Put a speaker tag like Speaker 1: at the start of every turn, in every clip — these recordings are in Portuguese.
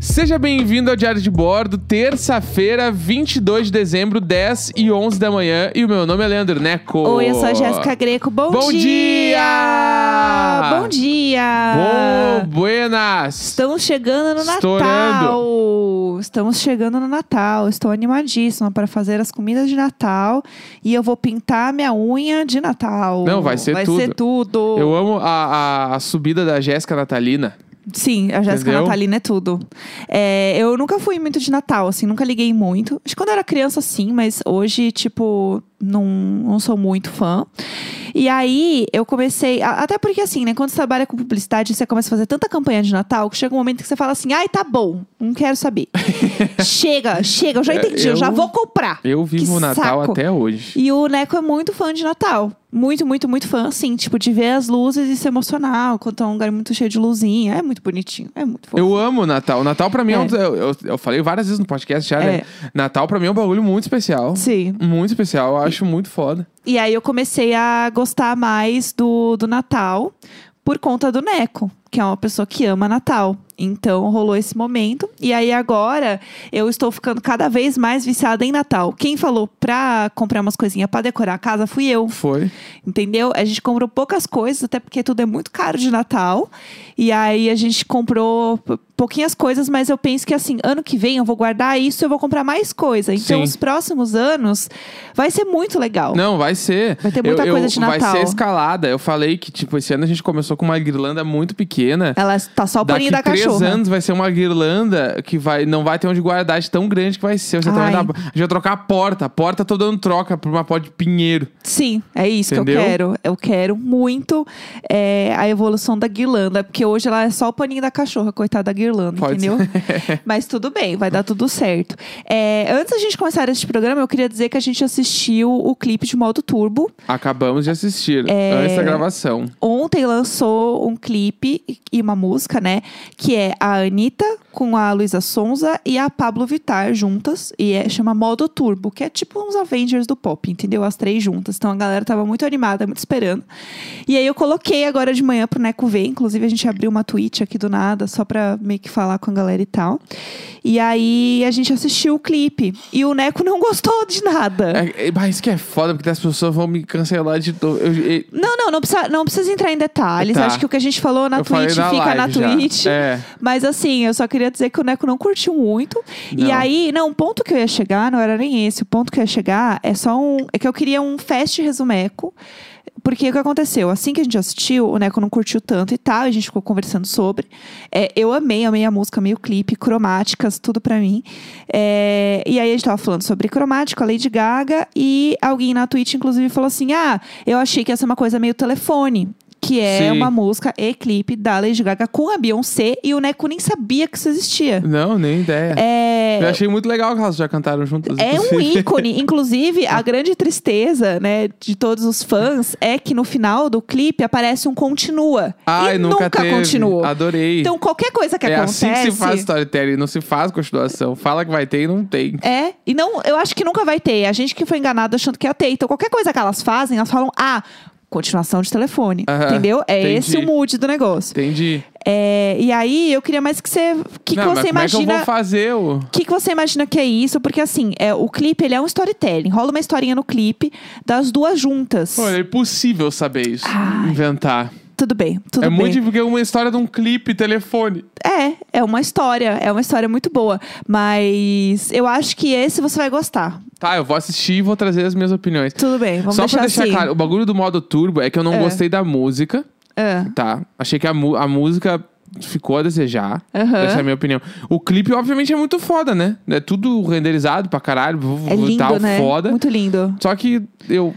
Speaker 1: Seja bem-vindo ao Diário de Bordo, terça-feira, 22 de dezembro, 10 e 11 da manhã. E o meu nome é Leandro Neco.
Speaker 2: Oi, eu sou a Jéssica Greco. Bom,
Speaker 1: Bom
Speaker 2: dia!
Speaker 1: dia!
Speaker 2: Bom dia!
Speaker 1: Bom, buenas!
Speaker 2: Estamos chegando no
Speaker 1: Estourando.
Speaker 2: Natal! Estamos chegando no Natal. Estou animadíssima para fazer as comidas de Natal e eu vou pintar minha unha de Natal.
Speaker 1: Não, vai ser tudo.
Speaker 2: Vai ser tudo.
Speaker 1: Eu amo a, a, a subida da Jéssica Natalina.
Speaker 2: Sim, a Jéssica
Speaker 1: Entendeu?
Speaker 2: Natalina é tudo. É, eu nunca fui muito de Natal, assim, nunca liguei muito. Acho que quando eu era criança, sim, mas hoje, tipo, não, não sou muito fã. E aí, eu comecei. a- até porque, assim, né? Quando você trabalha com publicidade, você começa a fazer tanta campanha de Natal que chega um momento que você fala assim: ai, tá bom, não quero saber. chega, chega, eu já
Speaker 1: É,
Speaker 2: entendi, eu,
Speaker 1: eu-
Speaker 2: já vou comprar.
Speaker 1: Eu vivo
Speaker 2: Que
Speaker 1: o Natal
Speaker 2: saco.
Speaker 1: até hoje.
Speaker 2: E o Neco é muito fã de Natal. Muito, muito, muito fã, assim, tipo, de ver as luzes e se emocionar. Quando é um lugar muito cheio de luzinha. É muito bonitinho, é muito fofo.
Speaker 1: Eu amo o Natal. O Natal pra mim é, um.
Speaker 2: É.
Speaker 1: dos- Eu, eu, eu falei várias vezes no podcast já, né?
Speaker 2: É.
Speaker 1: Natal pra mim é um bagulho muito especial.
Speaker 2: Sim.
Speaker 1: Muito especial, eu acho muito foda.
Speaker 2: E aí eu comecei a gostar mais do, do Natal por conta do Neco, que é uma pessoa que ama Natal. Então rolou esse momento. E aí agora eu estou ficando cada vez mais viciada em Natal. Quem falou pra comprar umas coisinhas pra decorar a casa fui eu.
Speaker 1: Foi.
Speaker 2: Entendeu? A gente comprou poucas coisas, até porque tudo é muito caro de Natal. E aí a gente comprou p- pouquinhas coisas, mas eu penso que assim, ano que vem eu vou guardar isso e eu vou comprar mais coisa. Então,
Speaker 1: Sim.
Speaker 2: os próximos anos vai ser muito legal.
Speaker 1: Não, vai ser.
Speaker 2: Vai ter muita
Speaker 1: Eu- eu-
Speaker 2: coisa de
Speaker 1: Vai
Speaker 2: Natal.
Speaker 1: ser escalada. Eu falei que, tipo, esse ano a gente começou com uma guirlanda muito pequena.
Speaker 2: Ela tá só o
Speaker 1: Daqui
Speaker 2: paninho da
Speaker 1: três
Speaker 2: cachorra.
Speaker 1: anos vai ser uma guirlanda que vai, não vai ter onde guardar de tão grande que vai ser. Você tá
Speaker 2: Ai.
Speaker 1: vendo a, a gente vai trocar a porta. A porta eu tô dando troca por uma pó de pinheiro.
Speaker 2: Sim, é isso que
Speaker 1: Entendeu?
Speaker 2: eu quero. Eu quero muito é, a evolução da guirlanda, porque hoje ela é só o paninho da cachorra, coitada da guirlanda,
Speaker 1: Pode
Speaker 2: entendeu? Mas tudo bem, vai dar tudo certo. É, antes da gente começar este programa, eu queria dizer que a gente assistiu o clipe de modo turbo.
Speaker 1: Acabamos de assistir
Speaker 2: É.
Speaker 1: antes da gravação.
Speaker 2: Ontem lançou um clipe e uma música, né? Que é a Anitta com a Luísa Sonza e a Pablo Vittar juntas. E é, chama Modo Turbo, que é tipo uns Avengers do pop, entendeu? As três juntas. Então a galera tava muito animada, muito esperando. E aí eu coloquei agora de manhã pro Neco ver. Inclusive a gente abriu uma tweet aqui do nada, só pra meio que falar com a galera e tal. E aí a gente assistiu o clipe. E o Neco não gostou de nada.
Speaker 1: É, é, mas isso que é foda, porque as pessoas vão me cancelar de novo. Eu, eu-
Speaker 2: Não, não, não precisa, não precisa entrar em detalhes.
Speaker 1: Tá.
Speaker 2: Acho que o que a gente falou na
Speaker 1: eu falei
Speaker 2: Twitch
Speaker 1: na
Speaker 2: fica na
Speaker 1: live já.
Speaker 2: Twitch.
Speaker 1: É.
Speaker 2: Mas assim, eu só queria dizer que o Neco não curtiu muito. E
Speaker 1: Não.
Speaker 2: aí, não, o ponto que eu ia chegar não era nem esse. O ponto que eu ia chegar é só um. É que eu queria um fast resumeco. Porque o que aconteceu? Assim que a gente assistiu, o Neco não curtiu tanto e tal, a gente ficou conversando sobre. É, eu amei, amei a música, amei o clipe, cromáticas, tudo pra mim. É, e aí a gente tava falando sobre cromático, a Lady Gaga, e alguém na Twitch, inclusive, falou assim: Ah, eu achei que ia ser uma coisa meio telefone. Que é
Speaker 1: Sim.
Speaker 2: uma música e clipe da Lady Gaga com a Beyoncé e o Neco nem sabia que isso existia.
Speaker 1: Não, nem ideia.
Speaker 2: É,
Speaker 1: Eu achei muito legal que elas já cantaram juntas.
Speaker 2: é um
Speaker 1: inclusive.
Speaker 2: ícone. Inclusive, a grande tristeza, né, de todos os fãs é que no final do clipe aparece um continua.
Speaker 1: Ai,
Speaker 2: e
Speaker 1: nunca,
Speaker 2: nunca,
Speaker 1: teve.
Speaker 2: continuou.
Speaker 1: Adorei.
Speaker 2: Então, qualquer coisa que
Speaker 1: é
Speaker 2: acontece.
Speaker 1: assim que se faz storytelling, não se faz continuação. Fala que vai ter e não tem.
Speaker 2: É, e não, eu acho que nunca vai ter. A gente que foi enganado achando que ia ter. Então, qualquer coisa que elas fazem, elas falam, ah, continuação de telefone.
Speaker 1: Aham,
Speaker 2: entendeu? É
Speaker 1: entendi.
Speaker 2: esse o mood do negócio.
Speaker 1: Entendi.
Speaker 2: É, e aí, eu queria mais que você. O que, que
Speaker 1: não, mas
Speaker 2: você
Speaker 1: como é que eu
Speaker 2: imagina.
Speaker 1: vou fazer o...
Speaker 2: O que, que você imagina que é isso? Porque assim, é, o clipe ele é um storytelling. Rola uma historinha no clipe das duas juntas.
Speaker 1: Pô, é impossível saber isso.
Speaker 2: Ai.
Speaker 1: Inventar.
Speaker 2: Tudo bem, tudo
Speaker 1: é
Speaker 2: bem.
Speaker 1: muito porque é uma história de um clipe, telefone.
Speaker 2: É, é uma história, é uma história muito boa. Mas eu acho que esse você vai gostar.
Speaker 1: Tá, eu vou assistir e vou trazer as minhas opiniões.
Speaker 2: Tudo bem, vamos
Speaker 1: Só
Speaker 2: deixar,
Speaker 1: pra deixar
Speaker 2: assim.
Speaker 1: claro, o bagulho do modo turbo é que eu não
Speaker 2: É.
Speaker 1: gostei da música,
Speaker 2: É.
Speaker 1: tá? Achei que a, mu- a música ficou a desejar.
Speaker 2: Aham.
Speaker 1: Essa é a minha opinião. O clipe, obviamente, é muito foda, né? É tudo renderizado pra caralho,
Speaker 2: É lindo,
Speaker 1: tal,
Speaker 2: né?
Speaker 1: Tá foda.
Speaker 2: Muito lindo.
Speaker 1: Só que eu.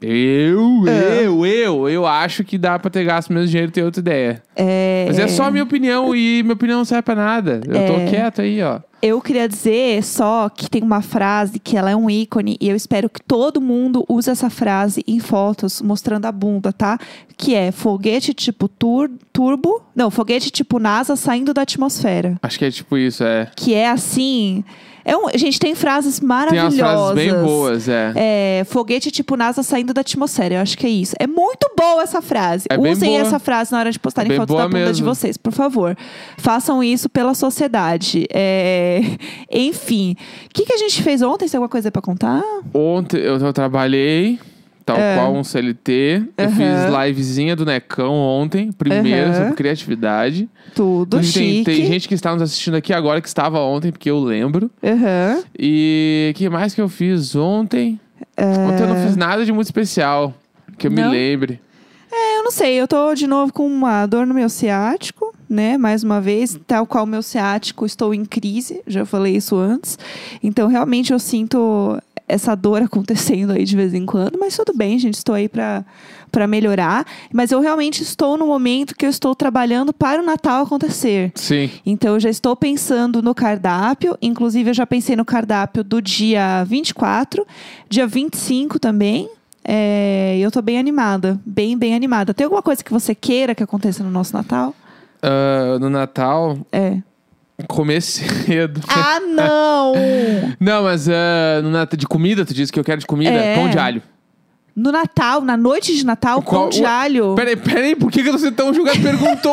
Speaker 1: Eu,
Speaker 2: É.
Speaker 1: eu, eu, eu acho que dá pra ter gasto menos dinheiro e ter outra ideia.
Speaker 2: É,
Speaker 1: Mas é só a minha opinião e minha opinião não serve pra nada. Eu tô quieto aí, ó.
Speaker 2: Eu queria dizer só que tem uma frase que ela é um ícone e eu espero que todo mundo use essa frase em fotos mostrando a bunda, tá? Que é foguete tipo tur- turbo, não, foguete tipo NASA saindo da atmosfera.
Speaker 1: Acho que é tipo isso, é.
Speaker 2: Que é assim, É um, gente, tem frases
Speaker 1: Tem
Speaker 2: maravilhosas.
Speaker 1: umas frases bem boas, é.
Speaker 2: É, foguete tipo NASA saindo da atmosfera. Eu acho que é isso. É muito boa essa frase.
Speaker 1: É bem
Speaker 2: Usem
Speaker 1: boa.
Speaker 2: essa frase na hora de
Speaker 1: É
Speaker 2: postarem
Speaker 1: bem
Speaker 2: fotos
Speaker 1: boa
Speaker 2: da bunda de
Speaker 1: mesmo.
Speaker 2: vocês, por favor. Façam isso pela sociedade. É, Enfim. O que, que a gente fez ontem? Tem alguma coisa pra contar?
Speaker 1: Ontem eu, eu trabalhei, tal qual um CLT. Eu
Speaker 2: É. Aham.
Speaker 1: fiz livezinha do Necão ontem, primeiro,
Speaker 2: Aham.
Speaker 1: sobre criatividade.
Speaker 2: Tudo
Speaker 1: Tem,
Speaker 2: chique.
Speaker 1: tem gente que está nos assistindo aqui agora que estava ontem, porque eu lembro.
Speaker 2: Aham.
Speaker 1: E o que mais que eu fiz ontem? Ontem eu não fiz nada de muito especial. Que eu
Speaker 2: É. Não?
Speaker 1: me lembre.
Speaker 2: É, eu não sei. Eu tô de novo com uma dor no meu ciático, né? Mais uma vez, tal qual o meu ciático, estou em crise. Já falei isso antes. Então, realmente, eu sinto essa dor acontecendo aí de vez em quando. Mas tudo bem, gente. Estou aí pra, pra melhorar. Mas eu realmente estou no momento que eu estou trabalhando para o Natal acontecer.
Speaker 1: Sim.
Speaker 2: Então, eu já estou pensando no cardápio. Inclusive, eu já pensei no cardápio do dia 24, dia 25 também. É, eu tô bem animada, bem, bem animada. Tem alguma coisa que você queira que aconteça no nosso Natal?
Speaker 1: Ah, no Natal,
Speaker 2: É.
Speaker 1: comer cedo.
Speaker 2: Ah, não!
Speaker 1: Não, mas ah, no Natal de comida, tu disse que eu quero de comida?
Speaker 2: É.
Speaker 1: Pão de alho.
Speaker 2: No Natal, na noite de Natal,
Speaker 1: Qual-
Speaker 2: pão de alho.
Speaker 1: Peraí, peraí, por que, que você tão julgado? Perguntou!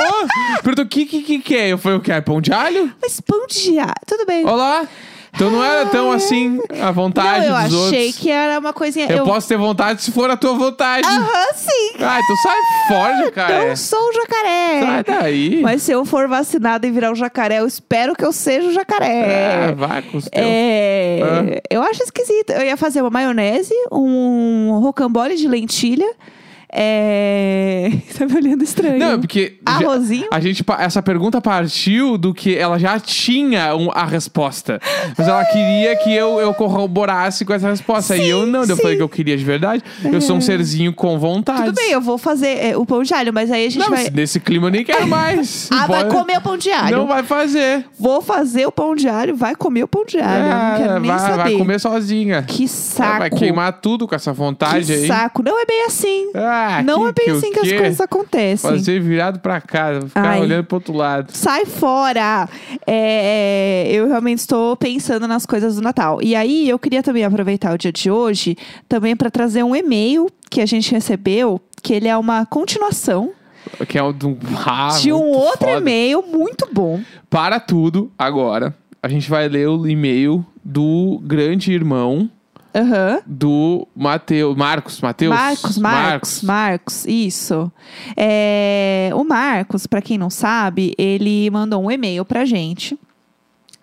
Speaker 1: Perguntou o que, que que que é? Eu falei, o que é? Pão de alho?
Speaker 2: Mas pão de alho, tudo bem.
Speaker 1: Olá! Então não era tão assim a
Speaker 2: Ah. não,
Speaker 1: vontade
Speaker 2: eu
Speaker 1: dos
Speaker 2: achei
Speaker 1: outros.
Speaker 2: que era uma coisinha...
Speaker 1: Eu, posso ter vontade se for a tua vontade.
Speaker 2: Aham, sim!
Speaker 1: Ah, então sai fora,
Speaker 2: Não
Speaker 1: cara. é.
Speaker 2: sou um jacaré!
Speaker 1: Sai daí.
Speaker 2: Mas se eu for vacinada e virar um jacaré, eu espero que eu seja um jacaré.
Speaker 1: Ah, vá com os teus.
Speaker 2: É,
Speaker 1: Ah.
Speaker 2: Eu acho esquisito. Eu ia fazer uma maionese, um rocambole de lentilha. É... Tá me olhando estranho.
Speaker 1: Não, é porque. já-
Speaker 2: Arrozinho?
Speaker 1: A gente, pa- essa pergunta partiu do que ela já tinha um- a resposta. Mas ela queria que eu, eu corroborasse com essa resposta. e eu não, daí eu
Speaker 2: sim. É.
Speaker 1: falei que eu queria de verdade. Eu sou um serzinho com vontade.
Speaker 2: Tudo bem, eu vou fazer é, o pão de alho, mas aí a gente
Speaker 1: Não,
Speaker 2: vai.
Speaker 1: mas nesse clima eu nem quero mais.
Speaker 2: Ah,
Speaker 1: Não
Speaker 2: vai
Speaker 1: pode-
Speaker 2: comer o pão de alho.
Speaker 1: Não vai fazer.
Speaker 2: Vou fazer o pão de alho, vai comer o pão de alho. eu Ah, não
Speaker 1: É,
Speaker 2: quero nem
Speaker 1: vai,
Speaker 2: saber.
Speaker 1: vai comer sozinha.
Speaker 2: Que
Speaker 1: Ela
Speaker 2: saco.
Speaker 1: Vai queimar tudo com essa vontade
Speaker 2: que
Speaker 1: aí.
Speaker 2: saco. Não é bem assim.
Speaker 1: Ah,
Speaker 2: não
Speaker 1: que-
Speaker 2: é bem
Speaker 1: que o
Speaker 2: assim que as
Speaker 1: quê?
Speaker 2: coisas acontecem.
Speaker 1: Fazer virado pra casa, ficar
Speaker 2: Ai.
Speaker 1: olhando pro outro lado.
Speaker 2: Sai fora! É, é, eu realmente estou pensando nas coisas do Natal. E aí, eu queria também aproveitar o dia de hoje também para trazer um e-mail que a gente recebeu, que ele é uma continuação
Speaker 1: Que é um de um. Ah,
Speaker 2: de um
Speaker 1: muito
Speaker 2: outro
Speaker 1: foda.
Speaker 2: e-mail muito bom.
Speaker 1: Para tudo, agora, a gente vai ler o e-mail do grande irmão
Speaker 2: Aham.
Speaker 1: do Mateus. Marcos, Mateus?
Speaker 2: Marcos, Marcos, Marcos, isso. É, o Marcos, para quem não sabe, ele mandou um e-mail pra gente,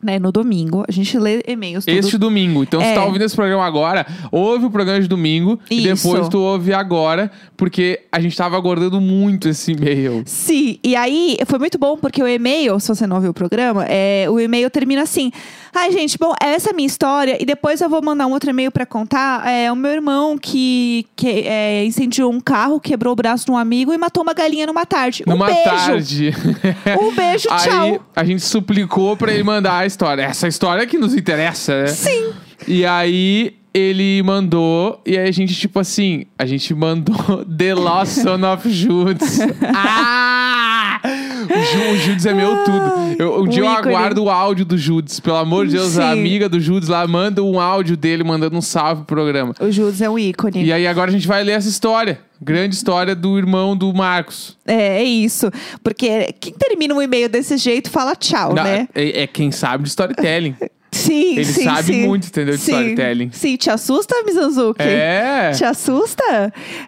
Speaker 2: né, no domingo. A gente lê e-mails todo
Speaker 1: Este domingo. Então,
Speaker 2: É.
Speaker 1: se tá ouvindo esse programa agora, ouve o programa de domingo e
Speaker 2: Isso.
Speaker 1: depois tu ouve agora, porque a gente tava aguardando muito esse e-mail.
Speaker 2: Sim, e aí foi muito bom porque o e-mail, se você não ouviu o programa, é, o e-mail termina assim: Ai, gente, bom, essa é a minha história, e depois eu vou mandar um outro e-mail pra contar. É o meu irmão que, que é, incendiou um carro, quebrou o braço de um amigo e matou uma galinha numa tarde.
Speaker 1: Numa
Speaker 2: um beijo!
Speaker 1: tarde.
Speaker 2: Um beijo, tchau!
Speaker 1: Aí a gente suplicou pra ele mandar a história. Essa história que nos interessa, né?
Speaker 2: Sim,
Speaker 1: E aí ele mandou, e aí a gente, tipo assim, a gente mandou The Lost Son of Judas. ah! O, Ju- o Judas é meu tudo. Eu, um
Speaker 2: um
Speaker 1: dia eu
Speaker 2: ícone.
Speaker 1: aguardo o áudio do Judas, pelo amor de Deus, a
Speaker 2: Sim.
Speaker 1: amiga do Judas lá manda um áudio dele mandando um salve pro programa.
Speaker 2: o Judas é um ícone.
Speaker 1: E aí agora a gente vai ler essa história. Grande história do irmão do Marcos.
Speaker 2: É, é isso. Porque quem termina um e-mail desse jeito fala tchau,
Speaker 1: Na-
Speaker 2: né?
Speaker 1: é, é quem sabe de storytelling.
Speaker 2: Sim,
Speaker 1: Ele
Speaker 2: sim,
Speaker 1: sabe
Speaker 2: sim.
Speaker 1: muito, entendeu, de
Speaker 2: Sim.
Speaker 1: storytelling.
Speaker 2: Sim, te assusta, Mizanzuki?
Speaker 1: é.
Speaker 2: Te assusta?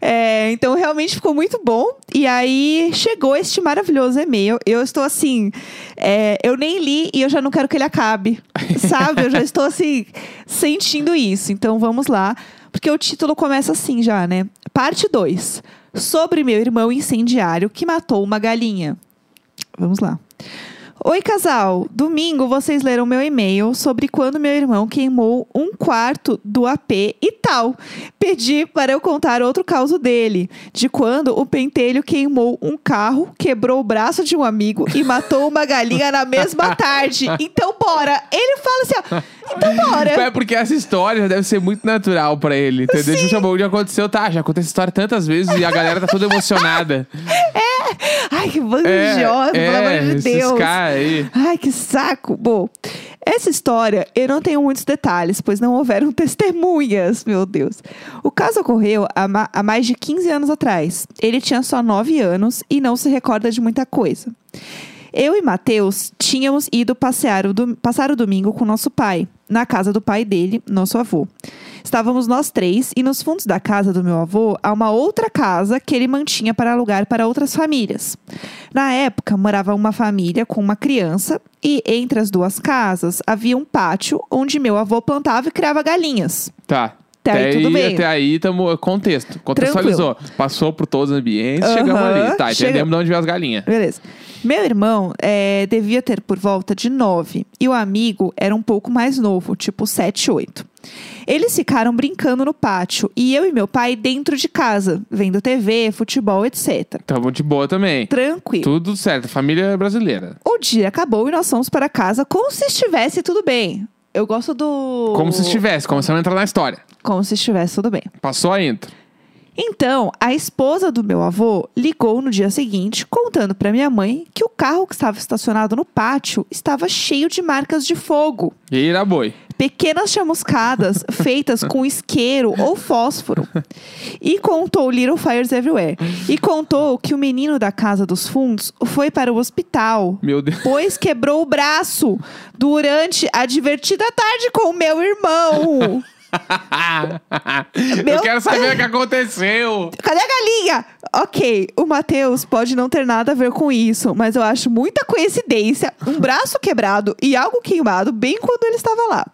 Speaker 2: É, então realmente ficou muito bom. E aí chegou este maravilhoso e-mail. Eu estou assim, é, eu nem li e eu já não quero que ele acabe. Sabe? Eu já estou assim, sentindo isso. Então vamos lá. Porque o título começa assim já, né? Parte 2. Sobre meu irmão incendiário que matou uma galinha. Vamos lá. Oi, casal. Domingo vocês leram meu e-mail sobre quando meu irmão queimou um quarto do AP e tal. Pedi para eu contar outro caso dele, de quando o pentelho queimou um carro, quebrou o braço de um amigo e matou uma galinha na mesma tarde. Então, bora. Ele fala assim, ó. Então, bora.
Speaker 1: É porque essa história deve ser muito natural pra ele, entendeu? Tipo, chamou, já aconteceu, tá, já aconteceu essa história tantas vezes e a galera tá toda emocionada. É,
Speaker 2: Ai, que bando de idiota, pelo amor de
Speaker 1: esses
Speaker 2: Deus.
Speaker 1: caras aí.
Speaker 2: Ai, que saco. Bom, Essa história eu não tenho muitos detalhes, pois não houveram testemunhas, meu Deus. O caso ocorreu há, ma- há mais de 15 anos atrás. Ele tinha só 9 anos e não se recorda de muita coisa. Eu e Matheus tínhamos ido passear o dom- passar o domingo com nosso pai, na casa do pai dele, nosso avô. Estávamos nós três e nos fundos da casa do meu avô há uma outra casa que ele mantinha para alugar para outras famílias. Na época, morava uma família com uma criança e entre as duas casas havia um pátio onde meu avô plantava e criava galinhas.
Speaker 1: Tá.
Speaker 2: Até aí tudo bem.
Speaker 1: Até aí, tamo, contexto. Contextualizou. Passou por todos os ambientes, chegamos
Speaker 2: Aham,
Speaker 1: ali. Tá,
Speaker 2: chega-
Speaker 1: entendemos de onde veio as galinhas.
Speaker 2: Beleza. Meu irmão eh, devia ter por volta de 9 e o amigo era um pouco mais novo, tipo 7, 8. Eles ficaram brincando no pátio e eu e meu pai dentro de casa, vendo TV, futebol, etc.
Speaker 1: Tamo Então, de boa também.
Speaker 2: Tranquilo.
Speaker 1: Tudo certo. Família é brasileira.
Speaker 2: O dia acabou e nós fomos para casa como se estivesse tudo bem. Eu gosto do.
Speaker 1: Como se estivesse, começando a entrar na história.
Speaker 2: Como se estivesse tudo bem.
Speaker 1: Passou a intro.
Speaker 2: Então, a esposa do meu avô ligou no dia seguinte, contando para minha mãe que o carro que estava estacionado no pátio estava cheio de marcas de fogo.
Speaker 1: E aí, era boi.
Speaker 2: Pequenas chamuscadas feitas com isqueiro ou fósforo. E contou Little Fires Everywhere. E contou que o menino da Casa dos Fundos foi para o hospital,
Speaker 1: Meu Deus.
Speaker 2: pois quebrou o braço durante a divertida tarde com o meu irmão. Meu
Speaker 1: Eu quero saber o que aconteceu.
Speaker 2: Cadê a galinha? Ok, o Matheus pode não ter nada a ver com isso, mas eu acho muita coincidência um braço quebrado e algo queimado bem quando ele estava lá.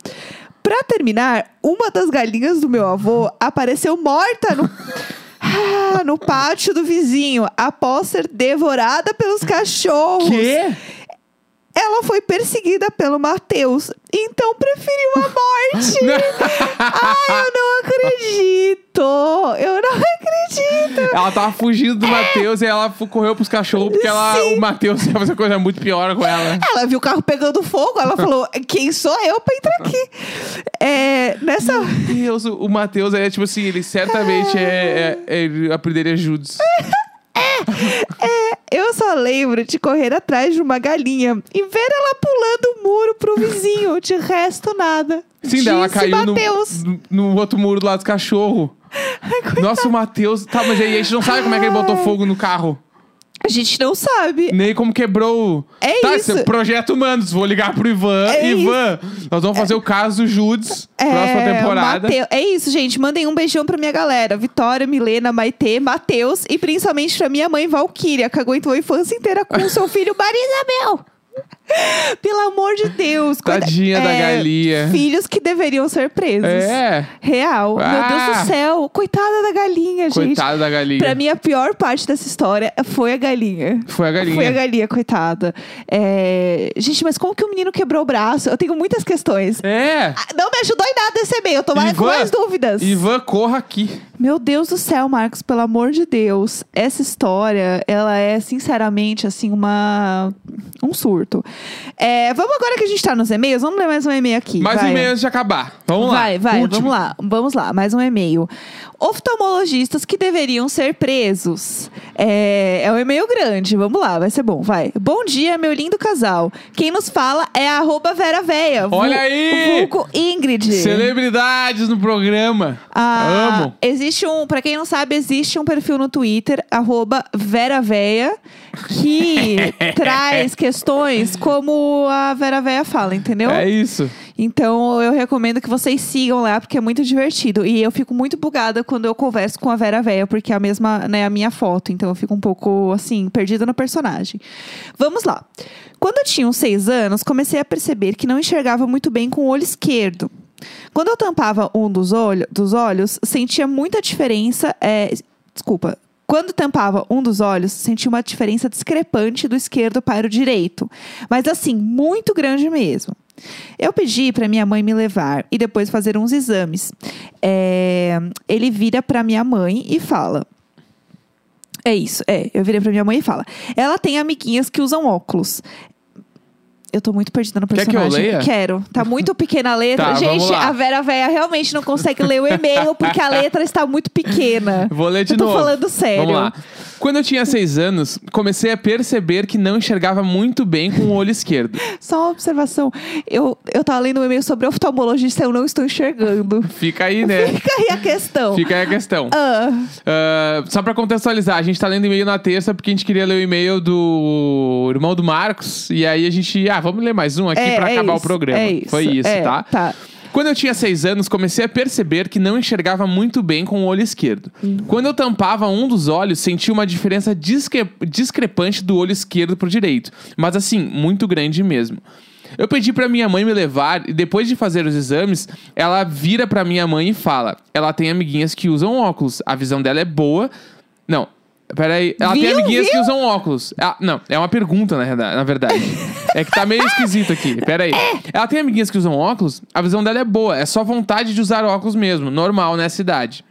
Speaker 2: Pra terminar, uma das galinhas do meu avô apareceu morta no, Ah, no pátio do vizinho após ser devorada pelos cachorros. Ela foi perseguida pelo Matheus, então preferiu a morte. Ai, eu não acredito! Eu não acredito!
Speaker 1: Ela tava fugindo do Matheus e ela fu- correu pros cachorros porque ela,
Speaker 2: Sim. Ah.
Speaker 1: o Matheus ia fazer coisa muito pior com ela.
Speaker 2: Ela viu o carro pegando fogo, ela falou: Quem sou eu pra entrar aqui? É, nessa.
Speaker 1: Meu Deus, o o Matheus é tipo assim, ele
Speaker 2: Ah.
Speaker 1: certamente é, é, ele aprenderia Judas.
Speaker 2: Eu só lembro de correr atrás de uma galinha e ver ela pulando o muro pro vizinho. De resto, nada.
Speaker 1: Sim, daí ela
Speaker 2: Disse
Speaker 1: caiu no,
Speaker 2: Matheus.
Speaker 1: no- no outro muro do lado do cachorro. Nossa, o Matheus. Tá, mas aí a gente não sabe como é que ele botou fogo no carro.
Speaker 2: A gente não sabe.
Speaker 1: Nem como quebrou. o-
Speaker 2: É
Speaker 1: tá,
Speaker 2: isso.
Speaker 1: é projeto Humanos. Vou ligar pro Ivan.
Speaker 2: É
Speaker 1: Ivan, nós vamos fazer o caso do Judas. próxima temporada.
Speaker 2: Mateu- É isso, gente. Mandem um beijão pra minha galera. Vitória, Milena, Maitê, Matheus e principalmente pra minha mãe, Valquíria, que aguentou a infância inteira com o seu filho, Marisabel. Pelo amor de Deus. coita- É,
Speaker 1: Tadinha da galinha.
Speaker 2: Filhos que deveriam ser presos.
Speaker 1: É.
Speaker 2: Real. Meu
Speaker 1: Ah.
Speaker 2: Deus do céu. Coitada da galinha, gente.
Speaker 1: Coitada da galinha.
Speaker 2: Pra mim, a pior parte dessa história foi a galinha.
Speaker 1: Foi a galinha.
Speaker 2: Foi a galinha, coitada. É, Gente, mas como que o menino quebrou o braço? Eu tenho muitas questões.
Speaker 1: É.
Speaker 2: Ah, Não me ajudou em nada esse e-mail. Eu tô mais, com
Speaker 1: Ivan-
Speaker 2: mais dúvidas.
Speaker 1: Ivan, corra aqui.
Speaker 2: Meu Deus do céu, Marcos, pelo amor de Deus. Essa história, ela é sinceramente, assim, uma... um surto. É, vamos agora que a gente tá nos e-mails, vamos ler mais um e-mail aqui.
Speaker 1: Mais
Speaker 2: vai.
Speaker 1: um mês de acabar. Vamos lá.
Speaker 2: Vai, vai,
Speaker 1: Último.
Speaker 2: vamos lá, vamos lá, mais um e-mail. Oftalmologistas que deveriam ser presos. É, é um e-mail grande, vamos lá, vai ser bom, vai. Bom dia, meu lindo casal. Quem nos fala é a arroba Vera Veia. vul-
Speaker 1: Olha aí!
Speaker 2: Vulgo Ingrid.
Speaker 1: Celebridades no programa.
Speaker 2: Ah,
Speaker 1: Amo.
Speaker 2: Existe um, pra quem não sabe, existe um perfil no Twitter, arroba Vera Veia, que traz questões como a Vera Veia fala, entendeu?
Speaker 1: É isso.
Speaker 2: Então eu recomendo que vocês sigam lá, porque é muito divertido. E eu fico muito bugada quando eu converso com a Vera Véia, porque é a mesma, né, a minha foto. Então eu fico um pouco assim, perdida no personagem. Vamos lá. Quando eu tinha uns seis anos, comecei a perceber que não enxergava muito bem com o olho esquerdo. Quando eu tampava um dos, olho, dos olhos, sentia muita diferença. é, desculpa. Quando tampava um dos olhos, sentia uma diferença discrepante do esquerdo para o direito. Mas assim, muito grande mesmo. Eu pedi para minha mãe me levar e depois fazer uns exames. É, ele vira para minha mãe e fala. É isso, é. Eu virei pra minha mãe e fala. Ela tem amiguinhas que usam óculos. Eu tô muito perdida no
Speaker 1: Quer que eu
Speaker 2: personagem.
Speaker 1: leia?
Speaker 2: Quero. Tá muito pequena a letra.
Speaker 1: Tá, vamos
Speaker 2: Gente,
Speaker 1: lá.
Speaker 2: a Vera Véia realmente não consegue ler o e-mail porque a letra está muito pequena.
Speaker 1: Vou ler de
Speaker 2: eu tô
Speaker 1: novo.
Speaker 2: falando sério.
Speaker 1: Vamos lá. Quando eu tinha seis anos, comecei a perceber que não enxergava muito bem com o olho esquerdo.
Speaker 2: Só uma observação. Eu, eu tava lendo um e-mail sobre oftalmologista, eu não estou enxergando.
Speaker 1: Fica aí, né?
Speaker 2: Fica aí a questão.
Speaker 1: Fica aí a questão.
Speaker 2: Ah,
Speaker 1: Ah, só pra contextualizar, a gente tá lendo e-mail na terça porque a gente queria ler o e-mail do irmão do Marcos. E aí a gente, ah, vamos ler mais um aqui
Speaker 2: é,
Speaker 1: pra
Speaker 2: é
Speaker 1: acabar
Speaker 2: isso,
Speaker 1: o programa.
Speaker 2: é isso,
Speaker 1: Foi isso,
Speaker 2: é,
Speaker 1: tá? Quando eu tinha seis anos, comecei a perceber que não enxergava muito bem com o olho esquerdo. Quando eu tampava um dos olhos, senti uma diferença discre- discrepante do olho esquerdo pro direito, mas assim, muito grande mesmo. Eu pedi pra minha mãe me levar e depois de fazer os exames, ela vira pra minha mãe e fala: "Ela tem amiguinhas que usam óculos, a visão dela é boa". Não. Peraí, ela tem
Speaker 2: Viu?
Speaker 1: amiguinhas que usam óculos. Ah, não, é uma pergunta, na reda- na verdade. é que tá meio esquisito aqui. Peraí. Ela tem amiguinhas que usam óculos, a visão dela é boa. É só vontade de usar óculos mesmo. Normal nessa idade.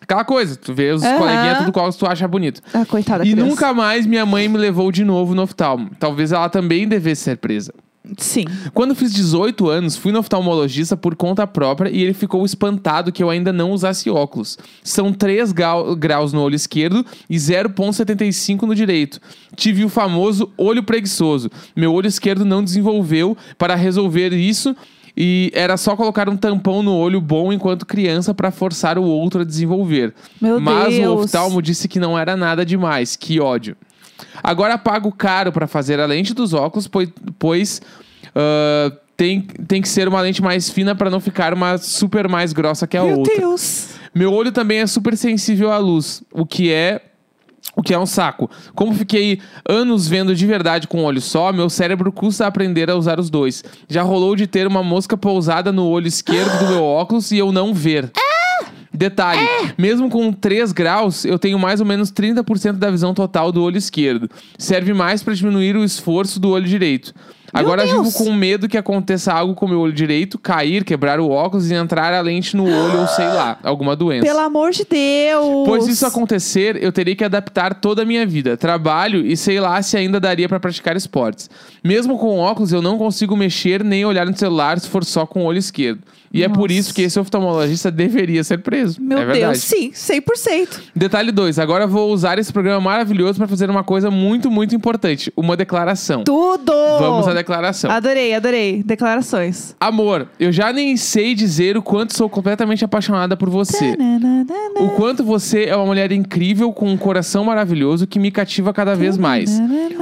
Speaker 1: Aquela coisa, tu vê os
Speaker 2: Aham.
Speaker 1: coleguinhas tudo com óculos tu acha bonito.
Speaker 2: Ah, coitada. da
Speaker 1: E
Speaker 2: criança.
Speaker 1: nunca mais minha mãe me levou de novo no oftalmo. Talvez ela também devesse ser presa.
Speaker 2: Sim.
Speaker 1: Quando fiz 18 anos, fui no oftalmologista por conta própria e ele ficou espantado que eu ainda não usasse óculos. São 3 graus no olho esquerdo e 0,75 no direito. Tive o famoso olho preguiçoso. Meu olho esquerdo não desenvolveu para resolver isso. E era só colocar um tampão no olho bom enquanto criança para forçar o outro a desenvolver.
Speaker 2: Meu
Speaker 1: Mas o
Speaker 2: Deus.
Speaker 1: oftalmo disse que não era nada demais. Que ódio. Agora pago caro para fazer a lente dos óculos, pois, pois, ah, tem, tem que ser uma lente mais fina para não ficar uma super mais grossa que a
Speaker 2: Meu
Speaker 1: É outra.
Speaker 2: Deus.
Speaker 1: Meu olho também é super sensível à luz, o que é o que é um saco. Como fiquei anos vendo de verdade com um olho só, meu cérebro custa aprender a usar os dois. Já rolou de ter uma mosca pousada no olho esquerdo do meu óculos e eu não ver. Detalhe,
Speaker 2: É.
Speaker 1: mesmo com 3 graus, eu tenho mais ou menos 30% da visão total do olho esquerdo. Serve mais para diminuir o esforço do olho direito.
Speaker 2: Meu
Speaker 1: Agora vivo
Speaker 2: Deus!
Speaker 1: com medo que aconteça algo com o meu olho direito, cair, quebrar o óculos e entrar a lente no olho ou sei lá, alguma doença.
Speaker 2: Pelo amor de Deus.
Speaker 1: Pois isso acontecer, eu terei que adaptar toda a minha vida, trabalho e sei lá se ainda daria pra praticar esportes. Mesmo com óculos, eu não consigo mexer nem olhar no celular se for só com o olho esquerdo. E é por
Speaker 2: Nossa.
Speaker 1: isso que esse oftalmologista deveria ser preso.
Speaker 2: Meu
Speaker 1: é verdade.
Speaker 2: Deus, sim, 100%.
Speaker 1: Detalhe 2, agora vou usar esse programa maravilhoso pra fazer uma coisa muito, muito importante, uma declaração.
Speaker 2: Tudo!
Speaker 1: Vamos à declaração.
Speaker 2: Adorei, adorei. Declarações.
Speaker 1: Amor, eu já nem sei dizer o quanto sou completamente apaixonada por você.
Speaker 2: Tananana.
Speaker 1: O quanto você é uma mulher incrível com um coração maravilhoso que me cativa cada vez mais.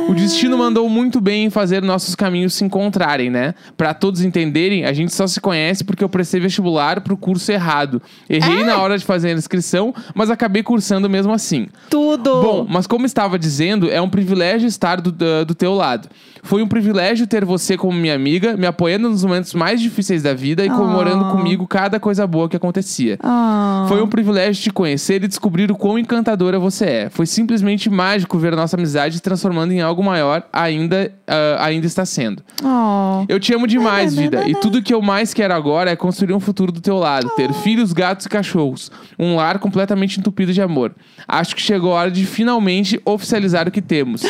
Speaker 1: O destino mandou muito bem em fazer nossos caminhos se encontrarem, né? Pra todos entenderem, a gente só se conhece porque eu prestei vestibular pro curso errado. Errei na hora de fazer a inscrição, mas acabei cursando mesmo assim.
Speaker 2: Tudo!
Speaker 1: Bom, mas como estava dizendo, é um privilégio estar do, da- do teu lado. Foi um privilégio ter você como minha amiga, me apoiando nos momentos mais difíceis da vida e comemorando
Speaker 2: Ah.
Speaker 1: comigo cada coisa boa que acontecia.
Speaker 2: Ah.
Speaker 1: Foi um privilégio te conhecer e descobrir o quão encantadora você é. Foi simplesmente mágico ver a nossa amizade se transformando em algo maior, ainda, ah, ainda está sendo.
Speaker 2: Ah.
Speaker 1: Eu te amo demais, vida. E tudo que eu mais quero agora é construir um futuro do teu lado, ter filhos, gatos e cachorros. Um lar completamente entupido de amor. Acho que chegou a hora de finalmente oficializar o que temos.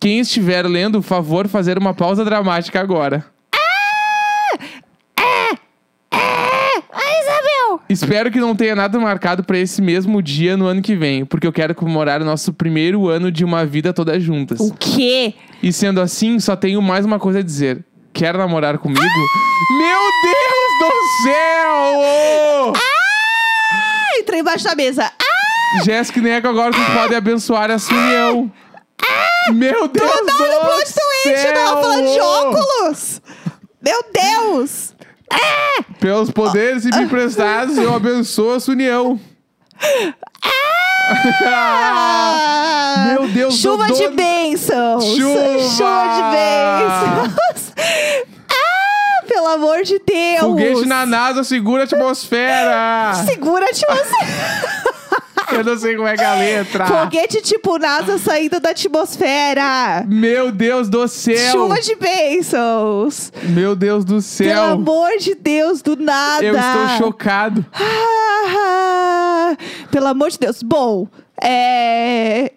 Speaker 1: Quem estiver lendo, favor fazer uma pausa dramática agora.
Speaker 2: Ah, Isabel!
Speaker 1: Espero que não tenha nada marcado pra esse mesmo dia no ano que vem, porque eu quero comemorar o nosso primeiro ano de uma vida toda juntas.
Speaker 2: O quê?
Speaker 1: E sendo assim, só tenho mais uma coisa a dizer. Quer namorar comigo? Meu Deus do céu!
Speaker 2: Ah, entrei embaixo da mesa. Ah,
Speaker 1: Jéssica e Neco, agora vocês podem abençoar essa união. Meu Deus do
Speaker 2: olha o plot twist, um eu
Speaker 1: céu!
Speaker 2: tava falando de óculos! Meu Deus!
Speaker 1: Pelos poderes e me emprestados, eu abençoo essa união.
Speaker 2: Ah,
Speaker 1: Meu Deus,
Speaker 2: Chuva
Speaker 1: Dodô-
Speaker 2: de bênçãos!
Speaker 1: Chuva!
Speaker 2: Chuva de bênçãos! Ah, pelo amor de Deus!
Speaker 1: Foguete na Ah! NASA segura a atmosfera!
Speaker 2: Segura-te você!
Speaker 1: Eu não sei como é que é a letra.
Speaker 2: Foguete tipo NASA saindo da atmosfera!
Speaker 1: Meu Deus do céu!
Speaker 2: Chuva de bênçãos!
Speaker 1: Meu Deus do
Speaker 2: Pelo
Speaker 1: céu!
Speaker 2: amor de Deus, do nada!
Speaker 1: Eu estou chocado.
Speaker 2: Ah, pelo amor de Deus. Bom, é.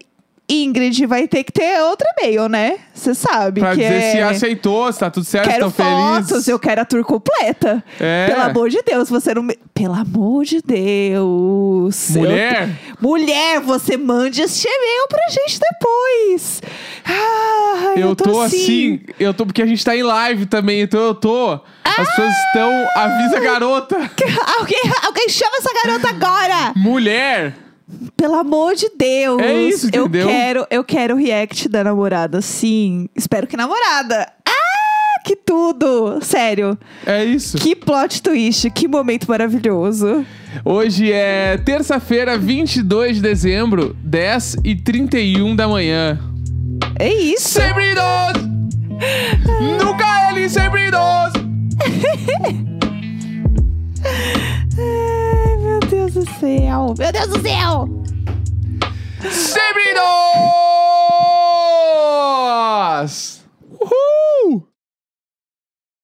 Speaker 2: Ingrid vai ter que ter outro e-mail, né? Você sabe.
Speaker 1: Pra
Speaker 2: que
Speaker 1: dizer
Speaker 2: é...
Speaker 1: se aceitou, se tá tudo certo,
Speaker 2: Quero
Speaker 1: estão
Speaker 2: fotos,
Speaker 1: felizes.
Speaker 2: eu quero a tour completa.
Speaker 1: É.
Speaker 2: Pelo amor de Deus, você não. me- Pelo amor de Deus. Eu
Speaker 1: Mulher?
Speaker 2: te- Mulher, você mande este e-mail pra gente depois. Ah, eu,
Speaker 1: Eu tô assim, eu tô porque a gente tá em live também, então eu tô. As pessoas estão. Avisa a garota!
Speaker 2: alguém, alguém chama essa garota agora!
Speaker 1: Mulher!
Speaker 2: Pelo amor de Deus!
Speaker 1: É isso,
Speaker 2: eu
Speaker 1: entendeu?
Speaker 2: quero, eu quero o react da namorada, sim. Espero que namorada. Ah, que tudo! Sério.
Speaker 1: É isso.
Speaker 2: Que plot twist, que momento maravilhoso.
Speaker 1: Hoje é terça-feira, 22 de dezembro, 10 e 31 da manhã.
Speaker 2: É isso.
Speaker 1: Sempre nós! Nunca ele, sempre nós!
Speaker 2: Ai, meu Deus do céu. Meu Deus do céu.
Speaker 1: Sempre nós!